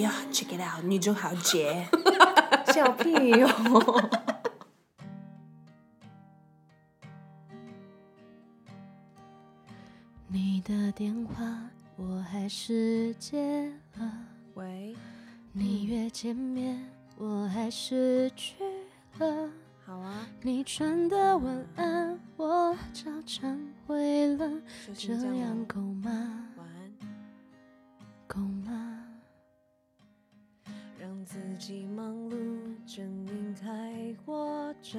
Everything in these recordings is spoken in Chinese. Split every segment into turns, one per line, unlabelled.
呀、check it out，女中豪杰， 笑屁哦哟、
你的电话我还是接了，
喂，
你约见面我还是去了，
好啊，
你传的晚安我照常回了，这
就先这样
样
咯
够吗？
晚安，
够吗？
让自己忙碌，证明还活着，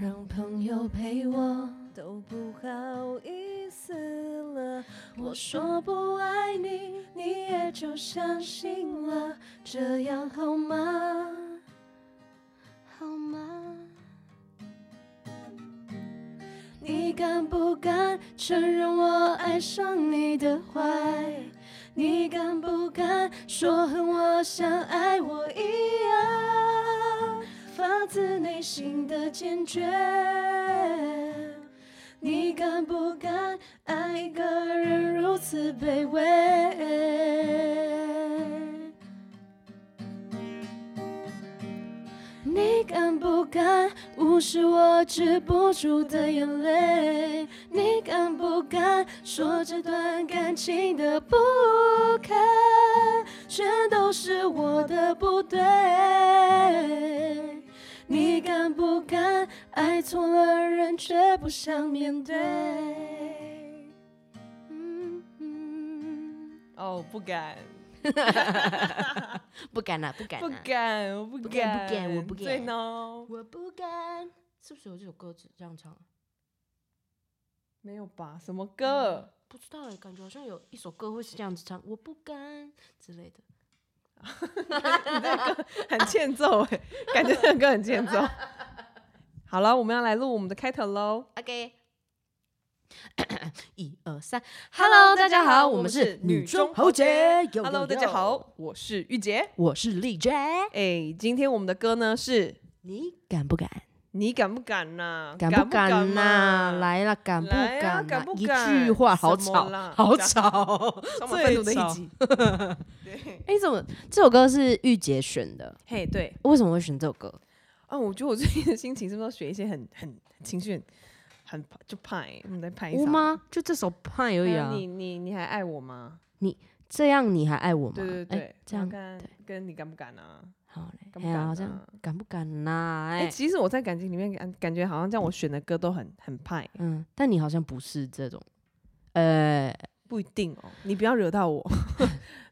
让朋友陪我，
都不好意思了。
我说不爱你，你也就相信了，这样好吗？好吗？你敢不敢承认我爱上你的坏？你敢不敢说和我相爱我一样？发自内心的坚决。你敢不敢爱一个人如此卑微？你敢不敢无视我止不住的眼泪？你敢不敢说这段感情的不堪，全都是我的不对？你敢不敢爱错了人却不想面对？嗯嗯
哦，不敢，
不敢啦，不敢啊
不
啦，
敢，我不
不敢不敢我不
对
敢
呢，
我不敢。是不是有这首歌只这样唱？啊
没有吧？什么歌？
不知道哎，感觉好像有一首歌会是这样子唱，我不敢之类的。
很欠揍哎、感觉这首歌很欠揍。好了，我们要来录我们的开头喽。
OK，一二三，Hello，大家好，我们是女中豪杰。有
Hello，大家，好，我是玉洁。
有我是丽 J。
哎、今天我们的歌呢是
你敢不敢？
你敢不敢呐、
敢不敢呐？
嘛
来了，敢不
来啊
敢
敢
呐
不？
一
敢
句话，好
什么
吵
啦，
好
敢
吵，
充满愤
最
怒的一
吵。
集。对，
哎，怎么这首歌是玉洁选的？
嘿、对，
为什么会选这首歌？
哦，我觉得我最近的心情是不是要学一些很很情绪很很就派、我们来派一
我
下。
吗？就这首《怕而
还
已
有
啊。
你你你还爱我吗？
这样你还爱我吗？
对对
哎
对，
这样
跟
对
跟你敢不敢啊？
好嘞，
敢不
哎呀，
敢
这样
啊
敢不敢呐？
哎、
哎，
其实我在感情里面感感觉好像这样，我选的歌都很很派，
嗯，但你好像不是这种，呃
不一定哦。你不要惹到我，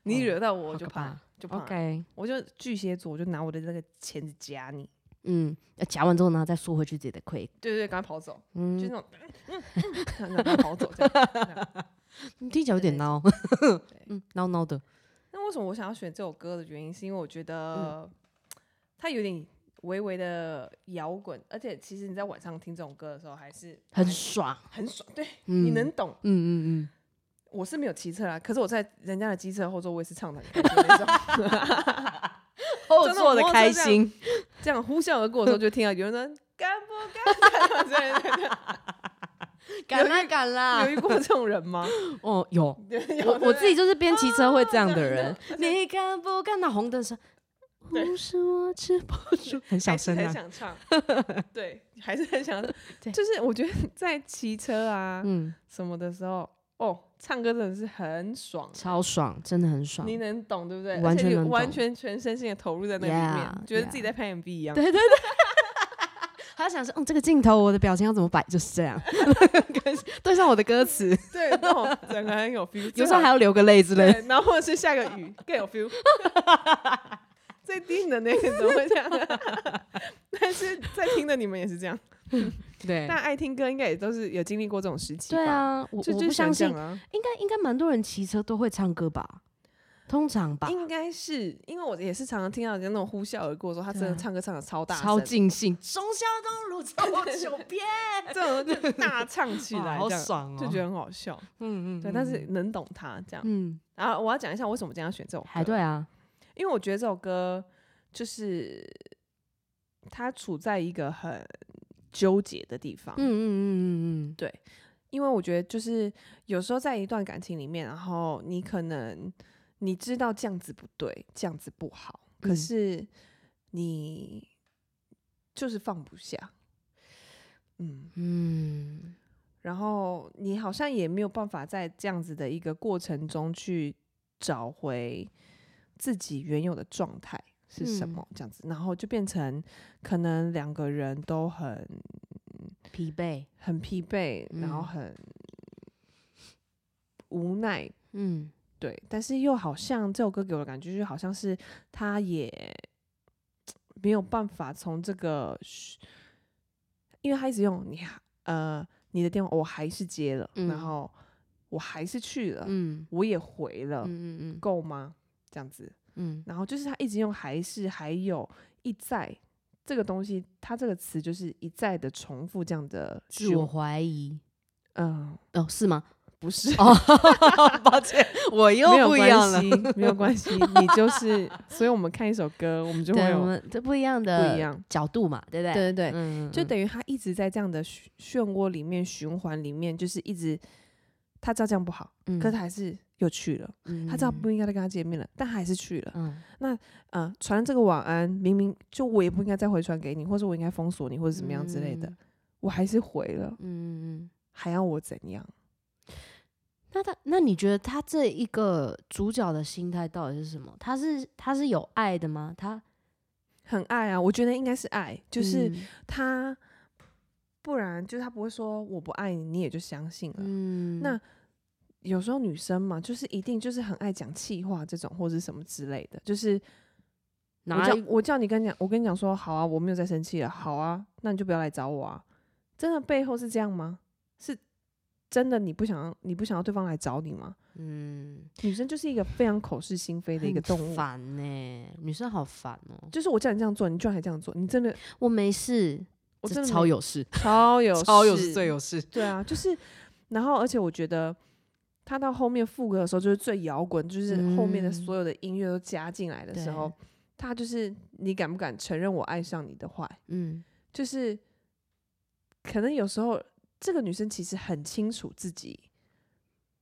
你
哦
惹到我我
好
就
可
怕
怕，
就怕。
，OK，
我就巨蟹座，我就拿我的那个钳子夹你，
嗯，要夹完之后呢，再缩回去自己的盔，
对对对，赶快跑走，就
嗯，
是那种，嗯嗯嗯赶快跑走这样。这样
听起来有点
对
孬， 嗯，孬孬的，
那为什么我想要选这首歌的原因，是因为我觉得它有点微微的摇滚，而且其实你在晚上听这种歌的时候，还是
很
还
爽，
很爽，对，
嗯，
哎你能，懂。
嗯嗯
我是没有骑车啦，可是我在人家的机车后座，我也是唱的很开心的那种。
嗯，后
哦真的哦
座的
摩托车
开
这样
心，
这样呼啸而过的时候，就听到有人说“干不干”，对对对，
敢啦敢啦
有，遇过这种人 吗？
哦，有，
对哦有
我我自己
就
就是边骑车会这样的人，你敢不敢那红灯是？
对
不是我吃 不住，很小
还是
声
很
啊，
想唱，对，还是很想
对
唱。就是我觉得在骑车啊
嗯，
什么的时候，哦，唱歌真的是很爽，
超爽，真的很爽，
你能懂对不对？
完
而且
全
你
能
完
懂
全全身心的投入在那里面
Yeah，
觉得自己在拍 MV 一样。
对对对，他想说，嗯，这个镜头我的表情要怎么摆，就是这样， 跟对上我的歌词，
对，那种整个很有 feel，
有时候还
有
要流个泪之类的。
对，然后或者是下个 雨更有 feel。最低的那个怎么会这样？ 但是在听的你们也是这样，
对
那爱听歌应该也都是有经历过这种时期吧。
对，啊，我
就
我
就
不
想
相信，
这样啊，
应该应该蛮多人骑车都会唱歌吧，通常吧，
应该是因为我也是常常听到人家那种呼啸而过的时候，他真的
对啊
唱歌唱的超大声，
超尽兴，忠孝东路走九遍，
这种就大唱起
哇
来，
好
这样
爽哦，
就觉得很好笑。
嗯嗯，
对，
嗯
但是能懂他这样。
嗯，
然后我要讲一下为什么今天要选这首歌，
还对啊，
因为我觉得这首歌就是他处在一个很纠结的地方。
嗯嗯嗯嗯嗯，
因为我觉得就是有时候在一段感情里面，然后你可能你知道这样子不对，这样子不好，可
嗯
是你就是放不下，嗯，
嗯，
然后你好像也没有办法在这样子的一个过程中去找回自己原有的状态是什
嗯
么，这样子，然后就变成可能两个人都很
疲惫，
很疲惫，然后
嗯
很无奈，
嗯
对，但是又好像这首歌给我的感觉，就好像是他也没有办法从这个嘘，因为他一直用你还呃你的电话，我还是接了，
嗯
然后我还是去了，
嗯
我也回了，
嗯嗯嗯
够吗？这样子，
嗯
然后就是他一直用还是还有一再这个东西，他这个词就是一再的重复这样的
自我
循，
怀疑。
嗯，
哦，是 吗？
不是。
哦，抱歉，我又
没有
不一
关
样了。
系，没有关系，你就是，所以我们看一首歌，我们就会
对，我
有
们这不一样的
不一样。
角度嘛，对不对？
对对对，
嗯，嗯，
就
嗯
等于他一直在这样的漩漩涡里面循环里面，就是一直他知道这样不好，
嗯
可是他还是又去了。他知道不应该再跟他见面了，但还是去了。
嗯
嗯、传了这个晚安，明明就我也不应该再回传给你，或者我应该封锁你，或者怎么样之类的，
嗯
我还是回了，
嗯嗯。
还要我怎样？
那他，那你觉得他这一个主角的心态到底是什么？他是他是有爱的吗？他
很爱啊，我觉得应该是爱，就是
嗯
他，不然就是他不会说我不爱你，你也就相信了。
嗯
呃那有时候女生嘛，就是一定就是很爱讲气话这种，或是什么之类的。就是我
哪
叫
一
我叫你跟你讲，我跟你讲说好啊，我没有在生气了，好啊，那你就不要来找我啊。真的背后是这样吗？是真的你不想要你不想要对方来找你吗？
嗯
女生就是一个非常口是心非的一个
很
动物，
烦呢、女生好烦哦、
就是我叫你这样做，你居然还这样做，你真的
我没事，
我
这
真的
超
没
有事，
超有
超有
事
事，最有事。
对啊，就是，然后而且我觉得他到后面副歌的时候，就是最摇滚，就是后面的
嗯
所有的音乐都加进来的时候，他就是你敢不敢承认我爱上你的坏？
嗯
就是可能有时候这个女生其实很清楚自己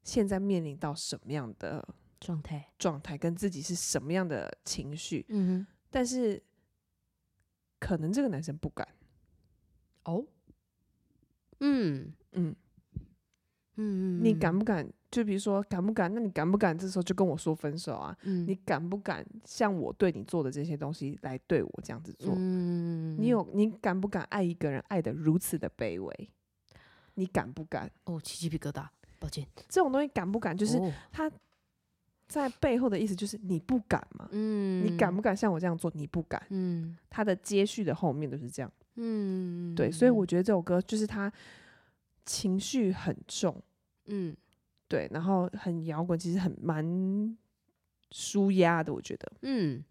现在面临到什么样的
状态，
状态，跟自己是什么样的情绪，
嗯
但是可能这个男生不敢，
哼，哦，嗯
嗯。
嗯嗯，
你
嗯
敢？不敢？就比如说敢不敢？那你敢不敢？这时候就跟我说分手啊！
嗯，
你敢不敢像我对你做的这些东西来对我这样子做？
嗯，
你有你敢不敢爱一个人爱的如此的卑微？你敢不敢？
哦，起鸡皮疙瘩，抱歉，
这种东西敢不敢？就是
哦
他在背后的意思就是你不敢嘛？
嗯，
你敢不敢像我这样做？你不敢。
嗯
他的接续的后面都是这样。
嗯，
对，所以我觉得这首歌就是他情绪很重，
嗯
对，然后很摇滚，其实很蛮舒压的，我觉得。
嗯，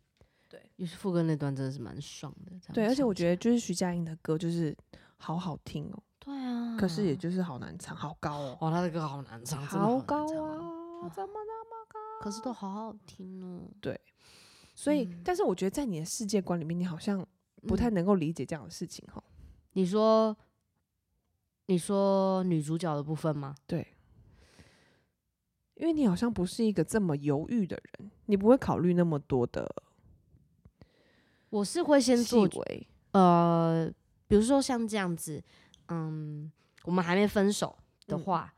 对，
也是副歌那段真的是蛮爽的，这样
对，而且
唱
我
起
觉得就是徐佳莹的歌就是好好听哦，
来，对啊，
可是也就是好难唱，好高哦，
哇，他的歌好难唱，真的
好
难
高
唱哦，
啊，怎么那么高？
可是都好好听哦，
所以，但是我觉得在你的世界观里面，你好像不太
嗯，
能够理解这样的事情哦。
你说。你说女主角的部分吗？
对，因为你好像不是一个这么犹豫的人，你不会考虑那么多的
我是会先
细
做
微。
呃，比如说像这样子，嗯，我们还没分手的
嗯
话，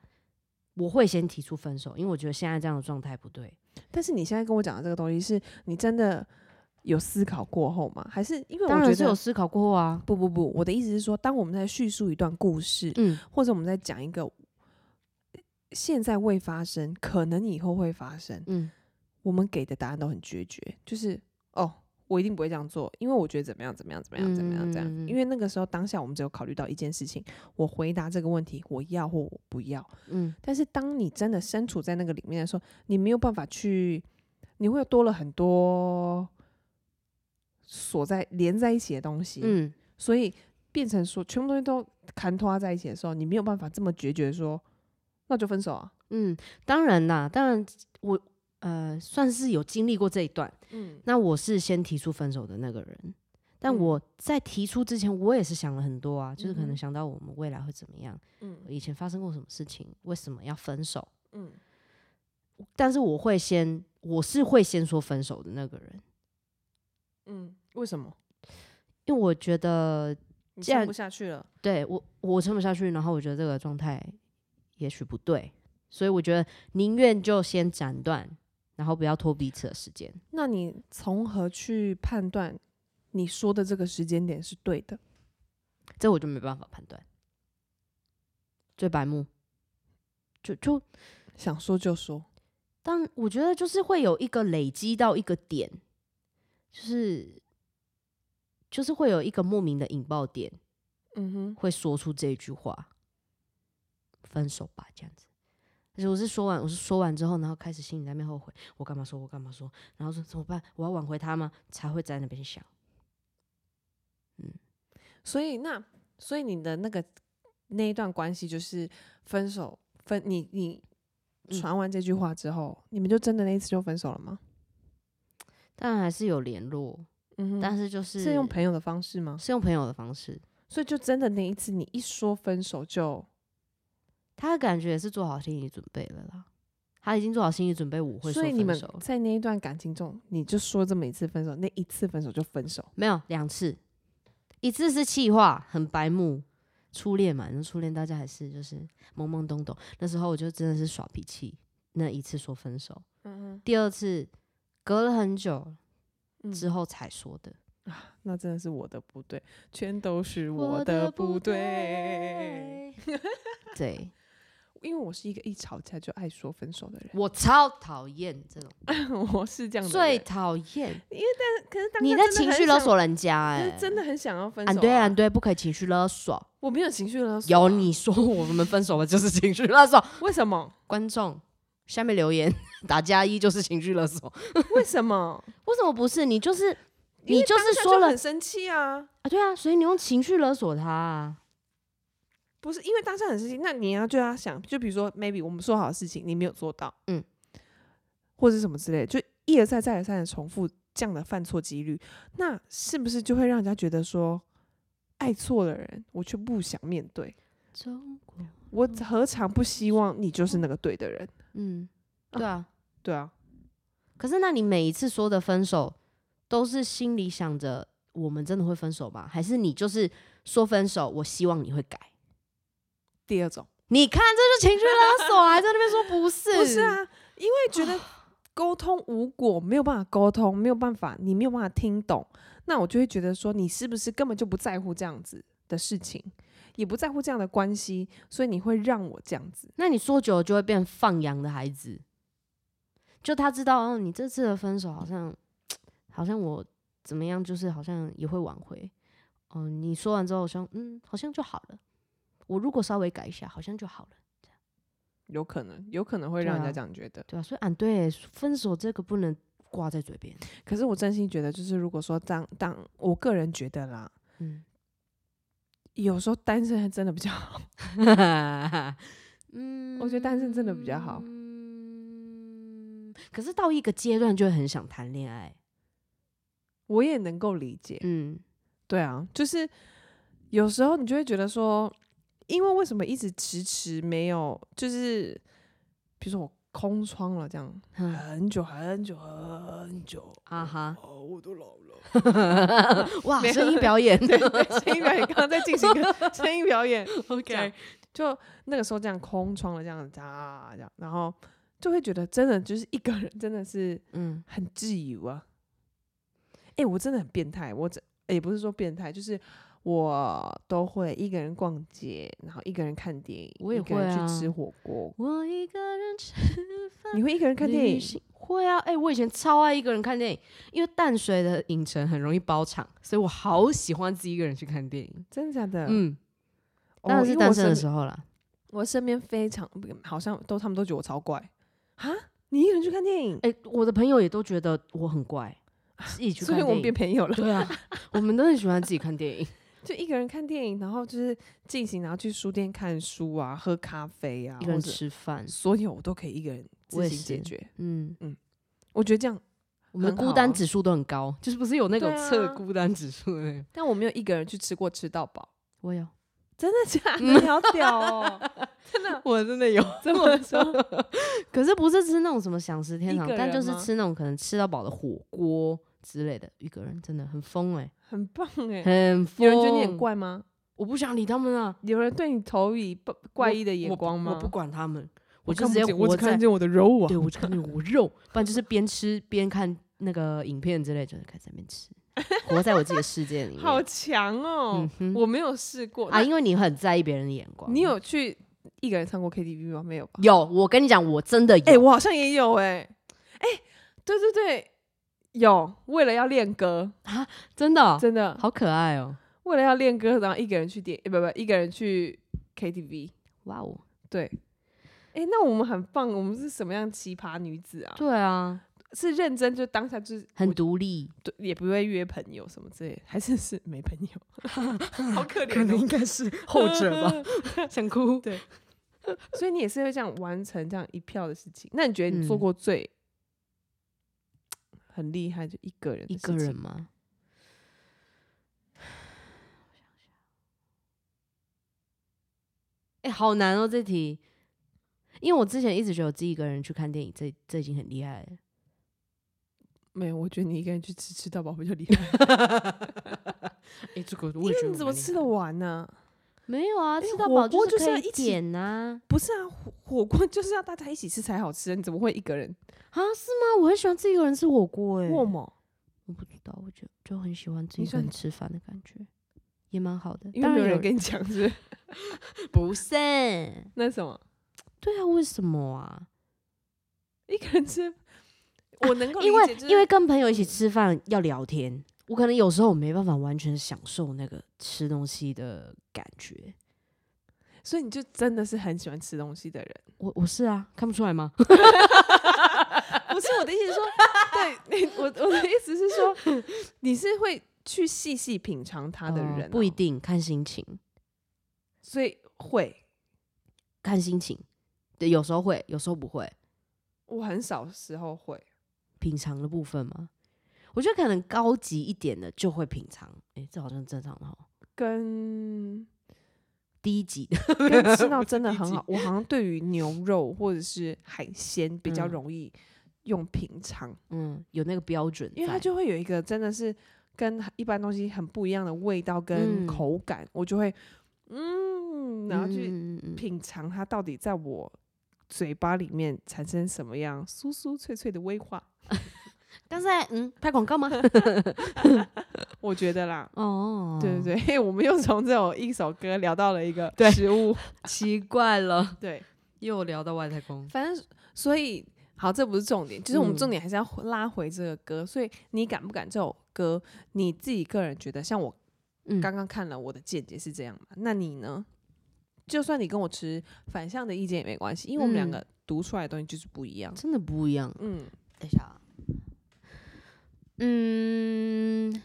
我会先提出分手，因为我觉得现在这样的状态不对。
但是你现在跟我讲的这个东西，是你真的有思考过后吗？还是因为我
当
觉
然是
得
有思考过啊，
不不不，我的意思是说，当我们在叙述一段故事，
嗯
或者我们在讲一个现在未发生，可能以后会发生，
嗯
我们给的答案都很决绝，就是哦，我一定不会这样做，因为我觉得怎么样怎么样怎么样怎么样怎么样。
嗯嗯嗯
因为那个时候当下我们只有考虑到一件事情，我回答这个问题，我要或我不要。
嗯
但是当你真的身处在那个里面的时候，你没有办法去，你会多了很多锁在连在一起的东西，
嗯，
所以变成说全部东西都砍拖在一起的时候，你没有办法这么决绝地说，那就分手啊。
嗯，当然啦，当然我呃算是有经历过这一段。
嗯
那我是先提出分手的那个人，但
嗯
我在提出之前，我也是想了很多啊，就是可
嗯哼
能想到我们未来会怎么样，
嗯
以前发生过什么事情，为什么要分手，
嗯
但是我会先我是会先说分手的那个人，
嗯，为什么？
因为我觉得
你
既
撑
然
不下去了，
对我我撑不下去，然后我觉得这个状态也许不对，所以我觉得宁愿就先斩断，然后不要拖彼此的时间。
那你从何去判断你说的这个时间点是对的？
这我就没办法判断，最白目，就就
想说就说，
但我觉得就是会有一个累积到一个点，就是就是会有一个莫名的引爆点，
嗯哼，
会说出这一句话，分手吧这样子。而且我是说完，我是说完之后，然后开始心里在那边后悔，我干嘛说，我干嘛说，然后说怎么办？我要挽回他吗？才会在那边想。
所以那所以你的那个那一段关系就是分手分你你
嗯
传完这句话之后，你们就真的那一次就分手了吗？
当然还是有联络，
嗯哼，
但是就是
是用朋友的方式吗？
是用朋友的方式，
所以就真的那一次，你一说分手就，
他的感觉也是做好心理准备了啦，他已经做好心理准备，我会说
所以你
分
们
手。
在那一段感情中，你就说这么一次分手，那一次分手就分手。
没有两次，一次是气话，很白目，初恋嘛，那初恋大家还是就是懵懵懂懂，那时候我就真的是耍脾气，那一次说分手，
嗯
第二次隔了很久
嗯
之后才说的，
那真的是我的不对，全都是我的不对。，
对
因为我是一个一吵架就爱说分手的人，
我超讨厌这种，
我是这样的
最
人。
讨厌
可是当
你
下
在
真的
情
很
绪勒
想
索人家哎、
可是真的很想要分手、
俺对俺，对，不可以情绪勒索。
我啊没有情绪勒索啊、
啊有你说我们分手了就是情绪勒索，
为什么？
观众下面留言 打加一就是情绪勒索，
为什 么？
为什么不是？你就是
因为
你就是
当下
说了
很生气啊，
啊，对啊，所以你用情绪勒索他、啊，
不是因为当下很生气，那你要就要想，就比如说 maybe 我们说好的事情你没有做到，
嗯，
或者是什么之类的，就一而再再而三的重复这样的犯错几率，那是不是就会让人家觉得说，爱错的人我却不想面对，
中国，
我何尝不希望你就是那个对的人？
嗯，对啊。
对啊，
可是那你每一次说的分手，都是心里想着我们真的会分手吗？还是你就是说分手，我希望你会改？
第二种。
你看，这就情绪勒索啊，哦还在那边说不是？
不是，啊，因为觉得沟通无果，没有办法沟通，没有办法，你没有办法听懂，那我就会觉得说，你是不是根本就不在乎这样子的事情，也不在乎这样的关系，所以你会让我这样子。
那你说久了就会变放羊的孩子，就他知道，哦，你这次的分手好像，好像我怎么样，就是好像也会挽回。哦、你说完之后，好像嗯，好像就好了。我如果稍微改一下，好像就好了，
有可能，有可能会
对
让人
啊
家这样觉得。
对吧、所以俺对分手这个不能挂在嘴边，
可是我真心觉得，就是如果说当当我个人觉得啦，
嗯，
有时候单身还真的比较好。
嗯
我觉得单身真的比较好
嗯，可是到一个阶段就会很想谈恋爱，
我也能够理解，
嗯，
对啊，就是有时候你就会觉得说，因为为什么一直迟迟没有，就是比如说我空窗了这样
嗯
很久很久很久，
啊哈，
哦，我都老了。
哇，
没有
声音表 演，
对对，声音表演刚刚在进行一个声音表演，这样
OK，
就那个时候这样空窗了这样子啊这样，然后就会觉得真的就是一个人真的是
嗯，
很自由啊。哎、我真的很变态，我这也、不是说变态，就是我都会一个人逛街，然后一个人看电影，
我也
一个人
会啊
去吃火锅。
我一个人吃饭，
你会一个人看电
旅
影？
行会啊，哎、我以前超爱一个人看电影，因为淡水的影城很容易包场，所以我好喜欢自己一个人去看电影。
真的假的？
嗯，
哦，
当然是单身的
候，
时候啦。
我身边非常不好像都他们都觉得我超怪啊！你一个人去看电影，
哎、我的朋友也都觉得我很怪，自己去
所
看
以我
电
们变
影。
朋友了。
对啊，我们都很喜欢自己看电 影。
就一个人看电影，然后就是进行，然后去书店看书啊，喝咖啡啊，
一个人
或者
吃饭，
所有我都可以一个人
我
自
也
行解
是
决。
嗯，
我觉得这样
我们的
很好
孤单
啊
指数都很高，就是不是有那种
对啊
测孤单指数的那个？
但我没有一个人去吃过吃到饱，
我有，
真的假的？
嗯
你好屌哦！
我真的有
这么说，
可是不是吃那种什么享食天
啊
堂
一个，
但
人
就是
吗
吃那种可能吃到饱的火锅之类的，一个人真的很疯哎、
很棒哎、
很疯。
有人觉得你很，怪吗？
我不想理他们啊，
有人对你投以不怪异的眼
我不
光吗？
我不管他们，我就
看
直
不
接
见
活
我只
在
看，见我的肉 啊
对！我只看见我肉，不然就是边吃边看那个影片之类，就是开始在那边吃，活在我自己的世界里面。
好强哦
嗯、哼
我没有试过
啊，
那
因为你很在意别人的眼光。
你有去一个人唱过 KTV 吗？没有吧？
有？我跟你讲，我真的有。
哎、我好像也有哎、哎、对对对，有为了要练歌，
真的哦、
真的
好可爱哦、
为了要练歌，然后一个人去点，欸、不不，一个人去 KTV。
哇哦，
对，哎、那我们很棒，我们是什么样奇葩女子啊？
对啊，
是认真就当下就是
很
我
独立。
对也不会约朋友什么之类的，还是是没朋友，好可怜、哦。
该是 吧，想哭。对，
所以你也是会这样完成这样一票的事情。那你觉得你
嗯
做过最、很厉害就一个人的
一
事
个
情
人吗？哎、好难哦，这题。因为我之前一直觉得我自己一个人去看电影，这这已经很厉害了。
没有？我觉得你一个人去吃吃到饱比较厉害，
哎、这个
因为你怎么吃得完呢、
没有啊，
因为
吃到
火
饱
锅就是
是可
要
以
一起
点呐
不是啊，火火锅就是要大家一起吃才好吃啊，你怎么会一个人？
啊是吗？我很喜欢自己一个人吃火锅哎、
为么？
我不知道，我就就很喜欢自己一
你喜
个
欢
人吃饭的感觉，也蛮好的。
因为
当
没有
然
人跟你讲是不
不
是
是，
那什么
对啊，为什么啊？
一个人吃，我能够理
因为
解就是
因为跟朋友一起吃饭要聊天，我可能有时候我没办法完全享受那个吃东西的感觉。
所以你就真的是很喜欢吃东西的人。
我我是啊，看不出来吗？
不是我的意思是 说，对你，我我的意思是说， 你是会去细细品尝它的
呃
人、哦
不一，定，看心情，
所以会。
看心情。对，有时候会，有时候不会。
我很少时候会，
品尝的部分吗？我觉得可能高级一点的就会品尝，诶、这好像正常的哈。
跟
低级的
跟吃到真的
低
很
级
好。我好像对于牛肉或者是海鲜比较
嗯
容易用品尝，
嗯，有那个标准在，
因为它就会有一个真的是跟一般东西很不一样的味道跟
嗯
口感，我就会嗯，然后
嗯
去
嗯嗯嗯
品尝它到底在我嘴巴里面产生什么样酥酥脆脆的威化。
刚才嗯拍广告 吗？
我觉得啦，
哦，
对对对，嘿我们又从这种一首歌聊到了一个
对
食 物，
奇怪了，
对，
又聊到外太空。
反正所以好，这不是重点，就是我们
嗯
重点还是要回拉回这个歌。所以你敢不敢这首歌，你自己个人觉得，像我
嗯
刚刚看了，我的见解是这样嘛？那你呢？就算你跟我持反向的意见也没关系，因为我们两
嗯
个读出来的东西就是不一样。
真的不一样。
嗯，
等一下啊，嗯，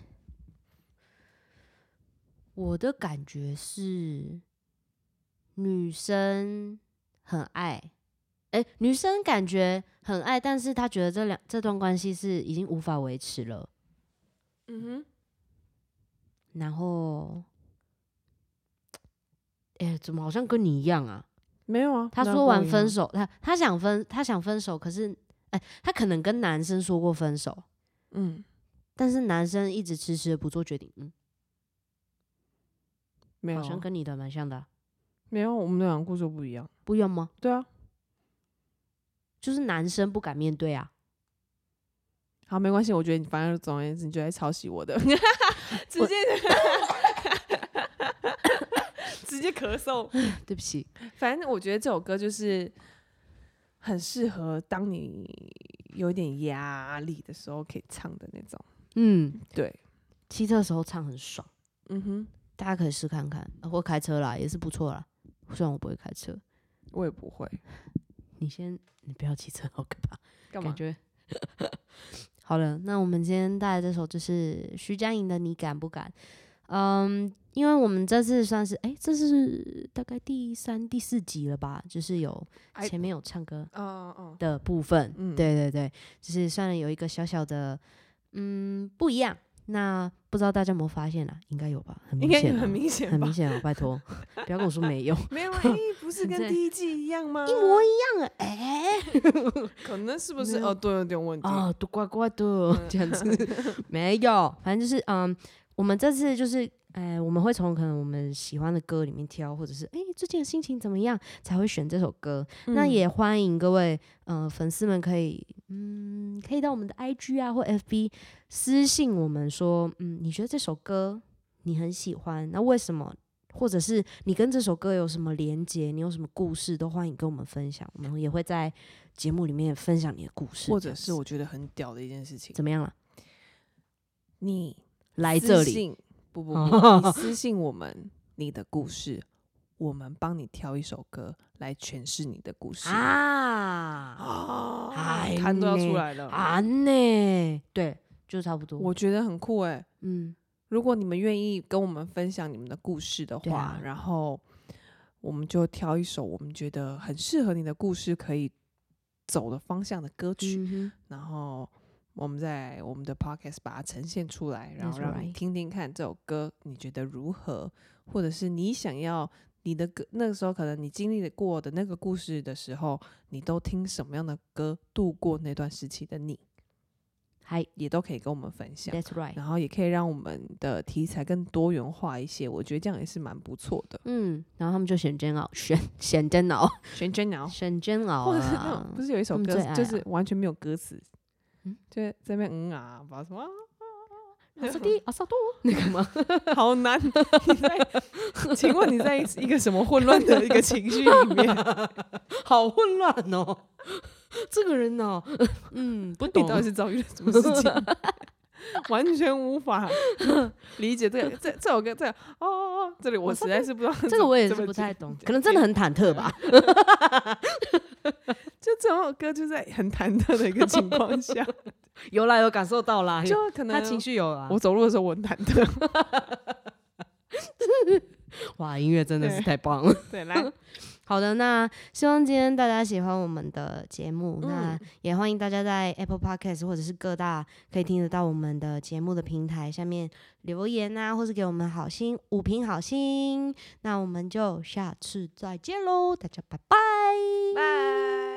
我的感觉是女生很爱，哎、女生感觉很爱，但是她觉得这两这段关系是已经无法维持了，
嗯哼，
然后。哎、怎么好像跟你一样啊？
没有啊，
他
哪
说
跟我
完
一
分
样，
手，他他想分，他想分手，可是，哎、他可能跟男生说过分手，
嗯，
但是男生一直迟迟地不做决定，嗯，
没有
好像
啊，
跟你的蛮像的啊、
没有，我们两个故事不一样。
不一样吗？
对啊，
就是男生不敢面对啊，
好，没关系，我觉得你反正总而言之，你就在抄袭我的， 直
我
接 直接咳嗽。
对不起，
反正我觉得这首歌就是很适合当你有一点压力的时候可以唱的那种。
嗯，
对，
骑车的时候唱很爽，
嗯哼，
大家可以试看看，呃或开车啦也是不错啦，虽然我不会开车，
我也不会，
你先你不要骑车，好可怕，
干嘛
感？觉。 好了，那我们今天带来这首就是徐佳莹的《你敢不敢》。嗯，因为我们这次算是哎、这是大概第三、第四集了吧，就是有
哎
前面有唱歌，
哦哦，
的部分，
嗯
对对对，就是算有一个小小的嗯不一样，那不知道大家有没有发现啊？应该有吧，很
应
明
该
显、啊，
很明显
很
吧
明？显哦，拜 托，不要跟我说没有，一
没有啊，诶，不是跟
对
第一季一样吗？
模一样啊，哎、
可能是不
没
是？
有
哦，对，有点问题。
啊，都怪怪
嗯
的这样 子，没有，反正就是嗯，我们这次就是。哎，我们会从可能我们喜欢的歌里面挑，或者是哎最近的心情怎么样，才会选这首歌。那
嗯
也欢迎各位呃粉丝们可以嗯可以到我们的 IG 啊或 FB 私信我们说，嗯你觉得这首歌你很喜欢，那为什么？或者是你跟这首歌有什么连接，你有什么故事，都欢迎跟我们分享，我们也会在节目里面分享你的故事，
或
这
者
样
是
子
我觉得很屌的一件事情，
怎么样了？
你
来
私
这里，哦
信，不不不， 你私信我们你的故事，我们帮你挑一首歌来诠释你的故事
啊
啊
哎
痰都要
呢
出来了！
啊呢，对，就差不多。
我觉得很酷哎、
嗯，
如果你们愿意跟我们分享你们的故事的
对
话，
啊
然后我们就挑一首我们觉得很适合你的故事可以走的方向的歌曲，
嗯
然后我们在我们的 podcast 把它呈现出来，然后
That's
让你
right
听听看这首歌你觉得如何，或者是你想要你的歌那个时候可能你经历过的那个故事的时候，你都听什么样的歌度过那段时期的你，
哼，嗨
也都可以跟我们分享。
，That's right。
然后也可以让我们的题材更多元化一些，我觉得这样也是蛮不错的。
嗯，然后他们就选煎熬，选选煎 熬，
选煎熬，
选煎熬
或者是那
啊
种不！是有一首
他们
歌
最爱，
就
啊
是完全没有歌词，
嗯
就是在那边嗯啊，把什么啊
阿萨 蒂阿萨多那个吗？
好难。 你在，请问你在一个什么混乱的一个情绪里面？
好混乱 哦，这个人哦，嗯， 不
你
懂
到底是遭遇了什么事情？ 完全无 法理解这个这这首歌这哦哦，哦这里我实在是不知道
这个我也
怎么
是不
解
太懂，可能真的很忐忑吧。
就这首歌就在很忐忑的一个情况下，
有啦，有感受到啦，有
就可能
哎他情绪有啦。
我走路的时候我很忐 忑。
哇，音乐真的是
对
太棒了。
对，来，
好的，那希望今天大家喜欢我们的节目，那也欢迎大家在 Apple Podcast 或者是各大可以听得到我们的节目的平台下面留言啊，或是给我们好心五评好心。那我们就下次再见喽，大家拜拜。
拜。